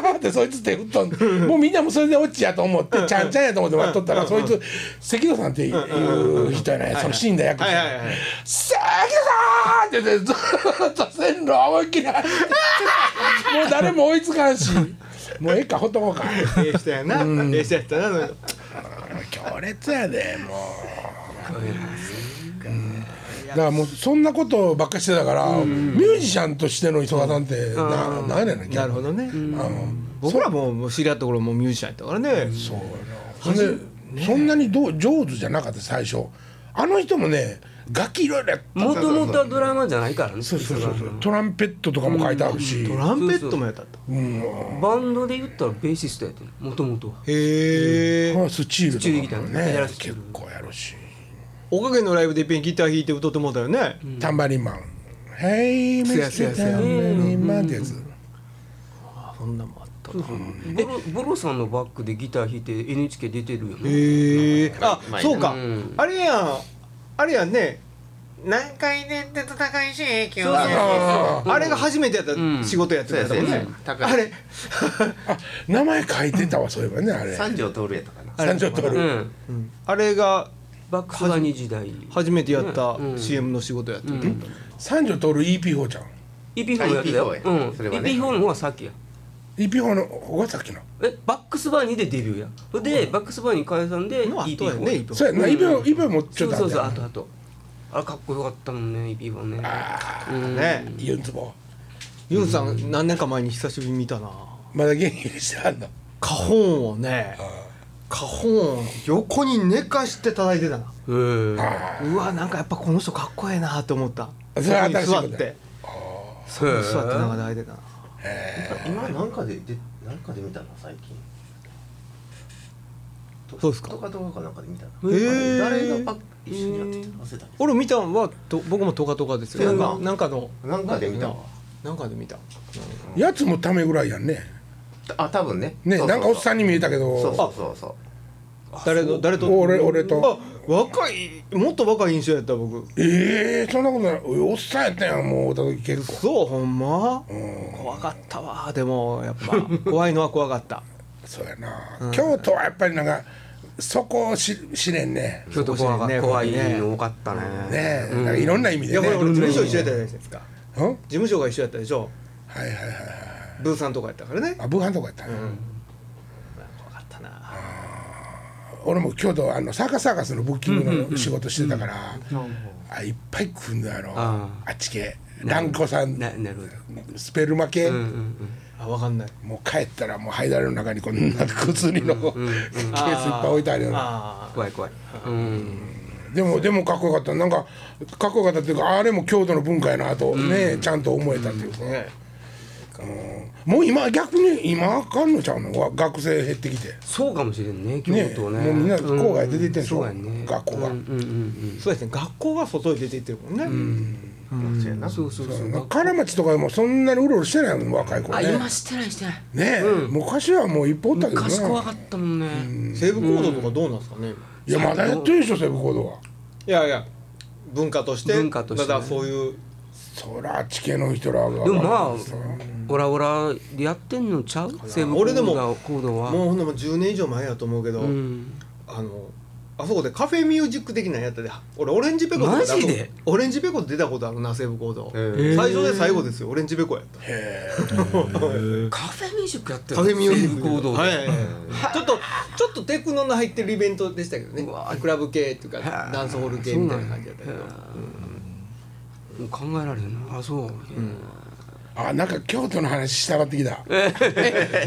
[SPEAKER 1] ははは」ってそいつ手振っとんもうみんなもそれで落ちやと思ってちゃんちゃんやと思って待っとったらそいつ関戸さんっていう人やないその死んだ役者
[SPEAKER 3] はいはいはい
[SPEAKER 1] 「関戸さん!」って言ってずーっと線路思いっきり走ってもう誰も追いつかんしもうええかほっとこうか
[SPEAKER 3] ええ人やなええ人やったななんか
[SPEAKER 1] 強烈やでもう。だからもうそんなことばっかしてたから、ミュージシャンとしての磯川さんってな,、なんやねんな
[SPEAKER 3] なるほどね
[SPEAKER 1] うん
[SPEAKER 3] 僕らももう知り合った頃もうミュージシャンやったからね
[SPEAKER 1] そうやなほんでそんなにどう上手じゃなかった最初あの人もね楽器いろいろやった
[SPEAKER 4] もともとはドラマじゃないからね
[SPEAKER 1] そうそうそうそうトランペットとかも書いてあるし、
[SPEAKER 3] トランペットもやったと
[SPEAKER 4] バンドで言ったらベーシストやってるもともとは
[SPEAKER 3] へえ
[SPEAKER 1] まあスチールとかも
[SPEAKER 4] スチールギターねや
[SPEAKER 1] ね
[SPEAKER 4] らせて
[SPEAKER 1] 結
[SPEAKER 4] る
[SPEAKER 1] 構やるし、
[SPEAKER 3] おかげのライブでいっぺんギター弾いて歌ってもうたよね
[SPEAKER 1] タンバリンマン「ヘイミ
[SPEAKER 3] せや
[SPEAKER 1] ス
[SPEAKER 3] せ
[SPEAKER 1] タ
[SPEAKER 3] やせや
[SPEAKER 1] ータンバリンマン」ってやつ、
[SPEAKER 3] あそんなんもあった
[SPEAKER 4] そうそうボロボロさんのバックでギター弾いて NHK 出てるよね
[SPEAKER 3] へえあ
[SPEAKER 5] まあ
[SPEAKER 3] そうか
[SPEAKER 4] うん
[SPEAKER 3] あれやんあれやんね何回年って戦いし影響
[SPEAKER 4] そうそうそう
[SPEAKER 1] あ
[SPEAKER 3] あれが初めてやった
[SPEAKER 4] ん
[SPEAKER 3] 仕事やってた
[SPEAKER 5] そうやそうや高い
[SPEAKER 3] あれ
[SPEAKER 1] あ名前書いてたわそういえばねあれ
[SPEAKER 5] 三条徹やったかな
[SPEAKER 1] 三条徹、
[SPEAKER 4] うん
[SPEAKER 3] あれが
[SPEAKER 4] バックスガニ時代
[SPEAKER 3] 初めてやっ
[SPEAKER 4] う
[SPEAKER 3] た
[SPEAKER 4] ん
[SPEAKER 3] CM の仕事やってた
[SPEAKER 1] 三条徹 EP4 ちゃん
[SPEAKER 4] EP4 もやってたよ、
[SPEAKER 5] あ EP4 や
[SPEAKER 4] うん、
[SPEAKER 5] それはね
[SPEAKER 4] EP4 の方はさっきや
[SPEAKER 1] EP4 の方がさっきの
[SPEAKER 4] えバックスバーニーでデビューやそれでバックスバーニー解散で
[SPEAKER 3] の後や
[SPEAKER 4] EP4
[SPEAKER 3] ね
[SPEAKER 4] や
[SPEAKER 1] そうやな EP4 EP4 もち
[SPEAKER 4] そ
[SPEAKER 1] ょっ
[SPEAKER 4] う
[SPEAKER 1] と
[SPEAKER 4] そうそう
[SPEAKER 1] あ
[SPEAKER 4] あ
[SPEAKER 1] った
[SPEAKER 4] と
[SPEAKER 1] よ
[SPEAKER 4] あとあれかっこよかったもんね EP4 ね
[SPEAKER 1] あ
[SPEAKER 4] うん
[SPEAKER 3] ね
[SPEAKER 1] ーユンツボ
[SPEAKER 3] ユンさん何年か前に久しぶりに見たな
[SPEAKER 1] まだ元気にしてはんの
[SPEAKER 3] 花本をね花本を横に寝かして叩いてたなうわなんかやっぱこの人かっこええなと思った
[SPEAKER 1] それは新しい
[SPEAKER 3] そ
[SPEAKER 1] こ
[SPEAKER 3] ことに座ってそこに座ってなんか泣いてたな
[SPEAKER 5] 今なんかででなんかで見たな最近
[SPEAKER 3] そうですか
[SPEAKER 5] とかとかかなんかで見たな、
[SPEAKER 3] ー
[SPEAKER 5] 誰がパッ一緒にやってきた忘れたけ
[SPEAKER 3] 俺見たんはと僕もトカトカですよ
[SPEAKER 5] そうや
[SPEAKER 3] なんかな
[SPEAKER 5] な
[SPEAKER 3] んかの
[SPEAKER 5] どなんかで見たわ
[SPEAKER 3] なんかで見た
[SPEAKER 1] やつもためぐらいやんね
[SPEAKER 5] あ多分ね
[SPEAKER 1] ね
[SPEAKER 5] そうそうそう
[SPEAKER 1] なんかおっさんに見えたけど
[SPEAKER 5] そうそうそうそう
[SPEAKER 3] 誰と誰と
[SPEAKER 1] 俺俺と
[SPEAKER 3] あ若いもっと若い印象やった僕
[SPEAKER 1] ええそんなことないおっさんやったんやもう会った時結構
[SPEAKER 3] そうほんま怖かったわでもやっ ぱ怖いのは怖かった
[SPEAKER 1] そうやな、京都はやっぱりなんかそこをし知れんね
[SPEAKER 4] 京都怖か
[SPEAKER 3] ね
[SPEAKER 4] 怖い
[SPEAKER 3] 怖いね
[SPEAKER 4] の多かったね
[SPEAKER 1] ねえ、なんかいろんな意味
[SPEAKER 3] い
[SPEAKER 1] で
[SPEAKER 3] や
[SPEAKER 1] ね
[SPEAKER 3] こ
[SPEAKER 1] う
[SPEAKER 3] れ
[SPEAKER 1] ん
[SPEAKER 3] 俺事務所一緒やったじゃないですか
[SPEAKER 1] はい
[SPEAKER 3] 事務所が一緒やったでしょ
[SPEAKER 1] はいはいはい
[SPEAKER 3] ブーさんとかやったからね
[SPEAKER 1] あブーハンとかやった、ね
[SPEAKER 3] 怖かったな
[SPEAKER 1] 俺も京都あのサーカスサーカスのブッキングの仕事してたから、あいっぱい来んのやろあ
[SPEAKER 4] あ
[SPEAKER 1] っち系蘭子さん
[SPEAKER 4] ななるほど
[SPEAKER 1] スペル負け、
[SPEAKER 4] うんうん
[SPEAKER 3] あ分かんない
[SPEAKER 1] もう帰ったらもう灰だれの中にこんな薬の、ケースいっぱい置いてあるような
[SPEAKER 3] あ
[SPEAKER 4] 怖い怖いうん
[SPEAKER 1] でもでもかっこよかったなんかかっこよかったっていうかあれも京都の文化やなとね、ちゃんと思えたっていうか、
[SPEAKER 3] あね
[SPEAKER 1] もう今逆に今あかんのちゃうのわ学生減ってきて
[SPEAKER 4] そうかもしれんね京
[SPEAKER 1] ね
[SPEAKER 4] 都ね
[SPEAKER 1] もうみんな郊外出ていってんでしょ
[SPEAKER 4] そうやね
[SPEAKER 1] 学校が
[SPEAKER 4] うんうんうん
[SPEAKER 3] そうですね学校が外へ出ていってるもんね
[SPEAKER 5] そうやな
[SPEAKER 4] うんそうそうそう
[SPEAKER 1] 金町とかでもそんなにうろうろしてないもん若い子
[SPEAKER 4] あ
[SPEAKER 1] ね
[SPEAKER 4] 今してないしてない
[SPEAKER 1] ねえ、昔はもう一歩おったけど
[SPEAKER 4] 昔怖
[SPEAKER 1] な
[SPEAKER 4] かったもんね
[SPEAKER 3] 西部行動とかどうなんですかね今
[SPEAKER 1] いやまだやってるでしょ西部行動はい
[SPEAKER 3] やいや文化として
[SPEAKER 4] 文化としてね
[SPEAKER 3] ただそういう
[SPEAKER 1] そらあっち系の人らが
[SPEAKER 4] でもまあオラオラでやってんのちゃう西武
[SPEAKER 3] 俺でも
[SPEAKER 4] 行動は
[SPEAKER 3] もうほんでもう10年以上前やと思うけど、
[SPEAKER 4] うん
[SPEAKER 3] あのあそこでカフェミュージック的なのやったで俺オレンジペコとか
[SPEAKER 4] マジで
[SPEAKER 3] オレンジペコと出たことあるな西武行動、
[SPEAKER 5] へ
[SPEAKER 4] ー
[SPEAKER 3] 最初で最後ですよオレンジペコやった
[SPEAKER 4] カフェミュージックやって
[SPEAKER 3] カフェミュージ
[SPEAKER 4] 西
[SPEAKER 3] ック
[SPEAKER 4] 武行動で
[SPEAKER 3] はいはいはいちょっとちょっとテクノの入ってるイベントでしたけどね
[SPEAKER 4] うわ
[SPEAKER 3] クラブ系っていうか
[SPEAKER 4] はあ
[SPEAKER 3] ダンスホール系みたいな感じだったけど
[SPEAKER 4] そうなんやもう考えられへんなあそう
[SPEAKER 1] あなんか京都の話したがってきた
[SPEAKER 3] え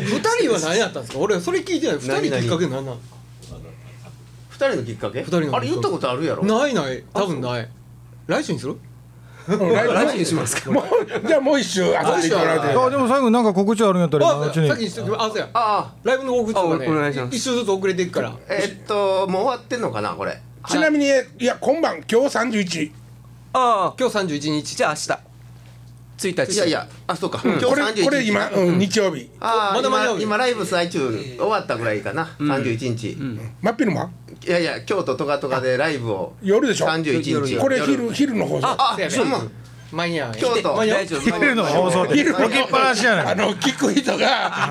[SPEAKER 3] 二人は何やったんですか俺それ聞いてない二
[SPEAKER 5] 何
[SPEAKER 3] 人
[SPEAKER 5] 々
[SPEAKER 3] きっかけ何なの
[SPEAKER 5] 二人のきっかけ
[SPEAKER 3] 二人のきっかけ
[SPEAKER 5] あれ言ったことあるやろ
[SPEAKER 3] ないない多分ない来週にする
[SPEAKER 1] うん来
[SPEAKER 4] ラジオにしますか
[SPEAKER 1] もうじゃあもう一周遊んでいただいて
[SPEAKER 2] あでも最後なんか告知あるんやったら今の
[SPEAKER 3] あ
[SPEAKER 2] うちに
[SPEAKER 3] 先にしときますあそうや
[SPEAKER 5] ああ
[SPEAKER 3] ライブの告知とかね
[SPEAKER 4] あおお願いします
[SPEAKER 3] 一周ずつ遅れていくから
[SPEAKER 5] えっともう終わってんのかなこれ
[SPEAKER 1] ちなみにいや今晩今日三十一
[SPEAKER 4] ああ
[SPEAKER 3] 今日31日
[SPEAKER 4] じゃあ明日1日
[SPEAKER 5] いやいやあそうか、今
[SPEAKER 1] こ
[SPEAKER 5] 日31
[SPEAKER 1] れ
[SPEAKER 5] 日
[SPEAKER 1] これ今、うん、日曜日
[SPEAKER 5] ああ
[SPEAKER 3] まだ間に合うよ
[SPEAKER 5] 今今ライブ最中終わったぐらいかな、31日、
[SPEAKER 1] 真っ昼間
[SPEAKER 5] いやいや京都トカトカでライブを
[SPEAKER 1] 夜でしょ
[SPEAKER 5] 31日
[SPEAKER 1] これ
[SPEAKER 5] 夜
[SPEAKER 1] 昼昼の放送
[SPEAKER 5] あ
[SPEAKER 3] せやね
[SPEAKER 5] そう
[SPEAKER 3] 間に合うね
[SPEAKER 5] 京都
[SPEAKER 3] 間に合う
[SPEAKER 4] 大丈夫
[SPEAKER 2] 昼の放送で
[SPEAKER 1] 昼の
[SPEAKER 2] 置きっぱなしやな
[SPEAKER 1] あ
[SPEAKER 2] い
[SPEAKER 1] の聞く人が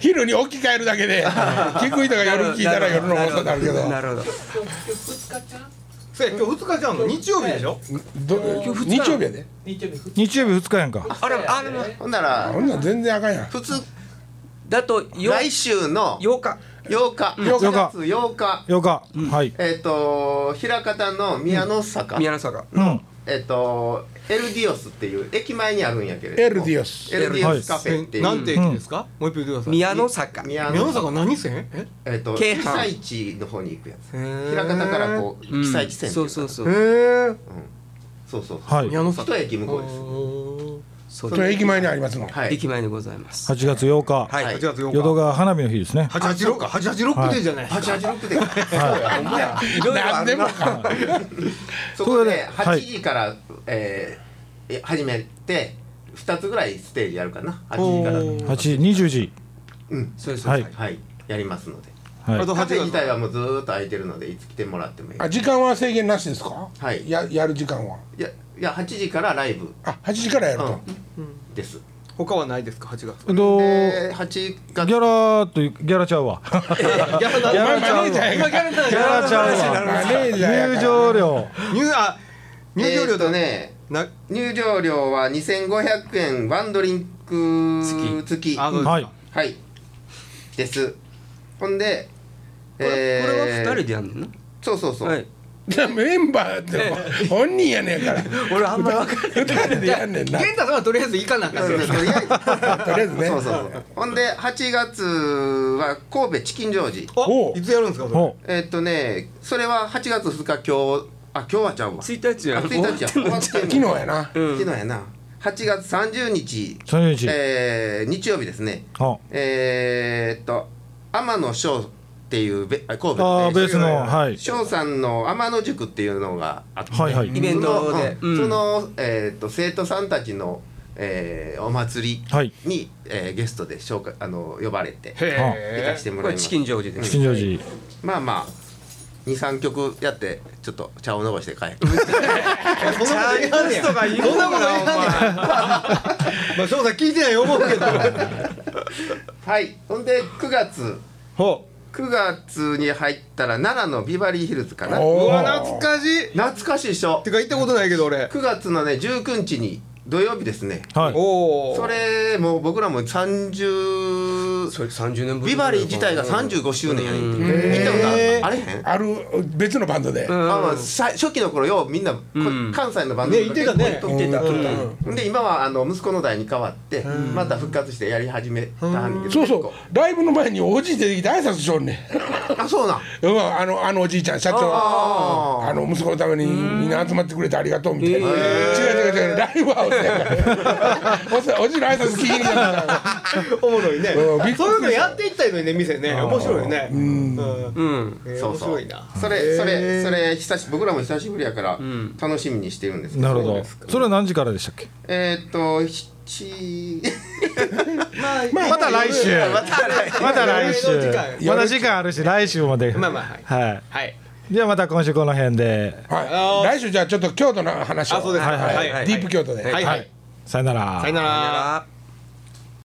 [SPEAKER 1] 昼に置き換えるだけで聞く人が夜聞いたら夜の放送になるけど
[SPEAKER 4] なるほど
[SPEAKER 3] せや今日2日じゃんの日曜日でしょ
[SPEAKER 1] ど日曜日やで
[SPEAKER 2] 日曜日2日やんか
[SPEAKER 4] あれあれも
[SPEAKER 5] ほんなら
[SPEAKER 1] こんなん全然あかんやん
[SPEAKER 5] 普通
[SPEAKER 4] だとよ
[SPEAKER 5] 来週の
[SPEAKER 4] 8日
[SPEAKER 5] 8日8
[SPEAKER 2] 日
[SPEAKER 5] 月8日
[SPEAKER 2] 8日、はい
[SPEAKER 5] えっ、と枚方の宮の坂、
[SPEAKER 4] 宮野坂
[SPEAKER 2] うん
[SPEAKER 5] えっ、とエルディオスっていう駅前にあるんやけれども
[SPEAKER 1] エルディオス
[SPEAKER 5] エルディオスカフェってい
[SPEAKER 3] え
[SPEAKER 5] う、
[SPEAKER 3] なんて駅ですかもう一回言ってください
[SPEAKER 4] 宮野坂
[SPEAKER 5] 宮
[SPEAKER 3] 宮
[SPEAKER 5] の
[SPEAKER 3] 野坂何線え
[SPEAKER 5] えっ、と
[SPEAKER 4] 京
[SPEAKER 5] 被
[SPEAKER 4] 阪
[SPEAKER 5] 災地の方に行くやつ
[SPEAKER 3] ー
[SPEAKER 5] 枚方からこう被災地線ってい
[SPEAKER 4] そうう
[SPEAKER 5] か
[SPEAKER 4] そうそう
[SPEAKER 3] へえ
[SPEAKER 5] そうそうそう
[SPEAKER 2] はい
[SPEAKER 3] 宮野坂
[SPEAKER 5] 一駅向こうです
[SPEAKER 4] そう
[SPEAKER 1] それ駅前にありますの
[SPEAKER 5] はい
[SPEAKER 4] 駅前でございます
[SPEAKER 2] 8月8日、
[SPEAKER 4] はい
[SPEAKER 5] はい
[SPEAKER 3] 8月8
[SPEAKER 2] 淀
[SPEAKER 3] 日
[SPEAKER 2] 川花火の日ですね
[SPEAKER 3] 886か886でじゃない
[SPEAKER 5] 八八六で。
[SPEAKER 1] 何でもか
[SPEAKER 5] そこ
[SPEAKER 2] それ
[SPEAKER 5] で
[SPEAKER 2] では
[SPEAKER 5] 八
[SPEAKER 2] い
[SPEAKER 5] 時から、えーえ始めて二つぐらいステージやるかな。八時から。
[SPEAKER 3] おー
[SPEAKER 2] 8時20時
[SPEAKER 5] うん。
[SPEAKER 4] そうですそうです
[SPEAKER 5] はい。やりますので。
[SPEAKER 2] はい
[SPEAKER 3] あと
[SPEAKER 5] カ
[SPEAKER 3] 8
[SPEAKER 5] フェ自体
[SPEAKER 3] 月
[SPEAKER 5] はもうずーっと空いてるのでいつ来てもらってもいい。
[SPEAKER 1] あ時間は制限なしですか
[SPEAKER 5] はい
[SPEAKER 1] ややる時間はい
[SPEAKER 5] やいや八時からライブ
[SPEAKER 1] あ8時からやると、
[SPEAKER 5] うんです。
[SPEAKER 3] 他はないですか8月
[SPEAKER 2] えっと
[SPEAKER 5] えー八月
[SPEAKER 2] ギャラというギャラちゃうわ
[SPEAKER 3] ギャラ
[SPEAKER 1] マネージャーや
[SPEAKER 3] 今ギャラだ
[SPEAKER 2] ギャラちゃうわ
[SPEAKER 1] マネージャーやから
[SPEAKER 2] 入場料
[SPEAKER 3] 入あ入場
[SPEAKER 5] えー
[SPEAKER 3] 料
[SPEAKER 5] と
[SPEAKER 3] だね
[SPEAKER 5] ね。
[SPEAKER 3] な
[SPEAKER 5] 入場料は二千五百円ワンドリンク付き。
[SPEAKER 3] あの
[SPEAKER 2] はい
[SPEAKER 5] はい。です。ほんで。
[SPEAKER 4] これこれは
[SPEAKER 5] えー
[SPEAKER 4] 2人でやんねんな
[SPEAKER 5] そうそうそう、
[SPEAKER 4] はい
[SPEAKER 1] メンバーって本人やねんから
[SPEAKER 4] 俺あんま り分か
[SPEAKER 1] 二人でやんねんな
[SPEAKER 3] 玄太さんはとりあえず行かなあか
[SPEAKER 5] と
[SPEAKER 3] ん
[SPEAKER 5] り
[SPEAKER 3] ね
[SPEAKER 5] あえず
[SPEAKER 1] とりあえずね
[SPEAKER 5] そうそうそうほんで8月は神戸チキンジョージ
[SPEAKER 2] お
[SPEAKER 3] いつやるんですかそれ
[SPEAKER 2] お
[SPEAKER 5] えっとねそれは8月2日今日あ今日はちゃうわ
[SPEAKER 4] 1日や
[SPEAKER 5] あ1日や
[SPEAKER 4] 終わってんの
[SPEAKER 5] 昨
[SPEAKER 1] 昨日やな
[SPEAKER 5] 昨日やな8月30日
[SPEAKER 2] 30日
[SPEAKER 5] えー日曜日ですね
[SPEAKER 2] あ
[SPEAKER 5] えーっと天野翔っていうべあ神戸
[SPEAKER 2] あー
[SPEAKER 5] えー
[SPEAKER 2] ベースのはい
[SPEAKER 5] 翔さんの天野塾っていうのがあって、
[SPEAKER 2] はいはい
[SPEAKER 4] イベントで
[SPEAKER 5] その,うん、そのえーっと生徒さんたちの、えーお祭りに、
[SPEAKER 2] はい
[SPEAKER 5] えーゲストで紹介あの呼ばれて
[SPEAKER 2] へ
[SPEAKER 5] 行かせても
[SPEAKER 4] こ
[SPEAKER 5] らい
[SPEAKER 4] れ
[SPEAKER 5] ま
[SPEAKER 4] チ
[SPEAKER 5] す
[SPEAKER 4] キンジョージで
[SPEAKER 2] チ
[SPEAKER 4] す
[SPEAKER 2] キンジョージ
[SPEAKER 5] まあまあ23曲やってちょっと茶をのぼし て帰る
[SPEAKER 3] そんなこと言わんねやそんなこと言わんねやまあ翔さん聞いてない思うけど
[SPEAKER 5] はいほんで9月
[SPEAKER 3] ほ
[SPEAKER 5] 9月に入ったら奈良のビバリーヒルズかな
[SPEAKER 3] う
[SPEAKER 1] お
[SPEAKER 3] う
[SPEAKER 1] ー
[SPEAKER 3] わ懐かしいっ
[SPEAKER 5] 懐かしいでしてょ
[SPEAKER 3] か行ったことないけど俺
[SPEAKER 5] 9月のね19日に土曜日ですね
[SPEAKER 2] はい
[SPEAKER 3] おお
[SPEAKER 5] それもう僕らも30
[SPEAKER 4] それ30年ぶり
[SPEAKER 5] ビ
[SPEAKER 4] ぐら
[SPEAKER 5] バ
[SPEAKER 4] い
[SPEAKER 5] リー自体が35周年やねん
[SPEAKER 4] うん
[SPEAKER 5] 聞いたことあ
[SPEAKER 3] へー
[SPEAKER 5] あれへん
[SPEAKER 1] ある別のバンドで
[SPEAKER 5] あまあさ初期の頃ようみんなこ
[SPEAKER 4] うん
[SPEAKER 5] 関西のバンド
[SPEAKER 3] ねいてたね
[SPEAKER 5] 結構いてた
[SPEAKER 1] うん
[SPEAKER 5] いてたで今はあの息子の代に変わってまた復活してやり始めたはんねんけど
[SPEAKER 1] そうそ
[SPEAKER 5] 結
[SPEAKER 1] う
[SPEAKER 5] 構
[SPEAKER 1] ライブの前におじい出てきて挨拶しよんねん
[SPEAKER 5] あそうなん
[SPEAKER 1] うんあのあのおじいちゃん社長
[SPEAKER 5] あー
[SPEAKER 1] あの息子のためにみんな集まってくれてありがとうみたいな、違う違う違うライブハウスやからおじおじの挨拶聞きに行ったから
[SPEAKER 3] おもろいね
[SPEAKER 1] うんびっくりした
[SPEAKER 3] そういうのやっていったらいいのにね店ね面白いねうん
[SPEAKER 4] うん
[SPEAKER 3] えー
[SPEAKER 5] そ
[SPEAKER 3] 面
[SPEAKER 5] うそう
[SPEAKER 3] 白いな
[SPEAKER 5] それそれそれ久し僕らも久しぶりやから楽しみにしてるんですけ
[SPEAKER 2] なるほど
[SPEAKER 5] そうです
[SPEAKER 2] それは何時からでしたっけ
[SPEAKER 5] えーっと七
[SPEAKER 3] まあ
[SPEAKER 2] また来週また来週
[SPEAKER 3] 夜の時間
[SPEAKER 2] まだ時間あるし来週まで
[SPEAKER 3] まあまあはい
[SPEAKER 2] はい
[SPEAKER 3] はい
[SPEAKER 2] じゃあまた今週この辺で
[SPEAKER 1] はい来週じゃあちょっと京都の話を
[SPEAKER 3] あそうです
[SPEAKER 1] はい
[SPEAKER 3] はいはい
[SPEAKER 1] ディープ京都で、
[SPEAKER 3] はいはい
[SPEAKER 2] さよなら
[SPEAKER 3] さよなら
[SPEAKER 4] あ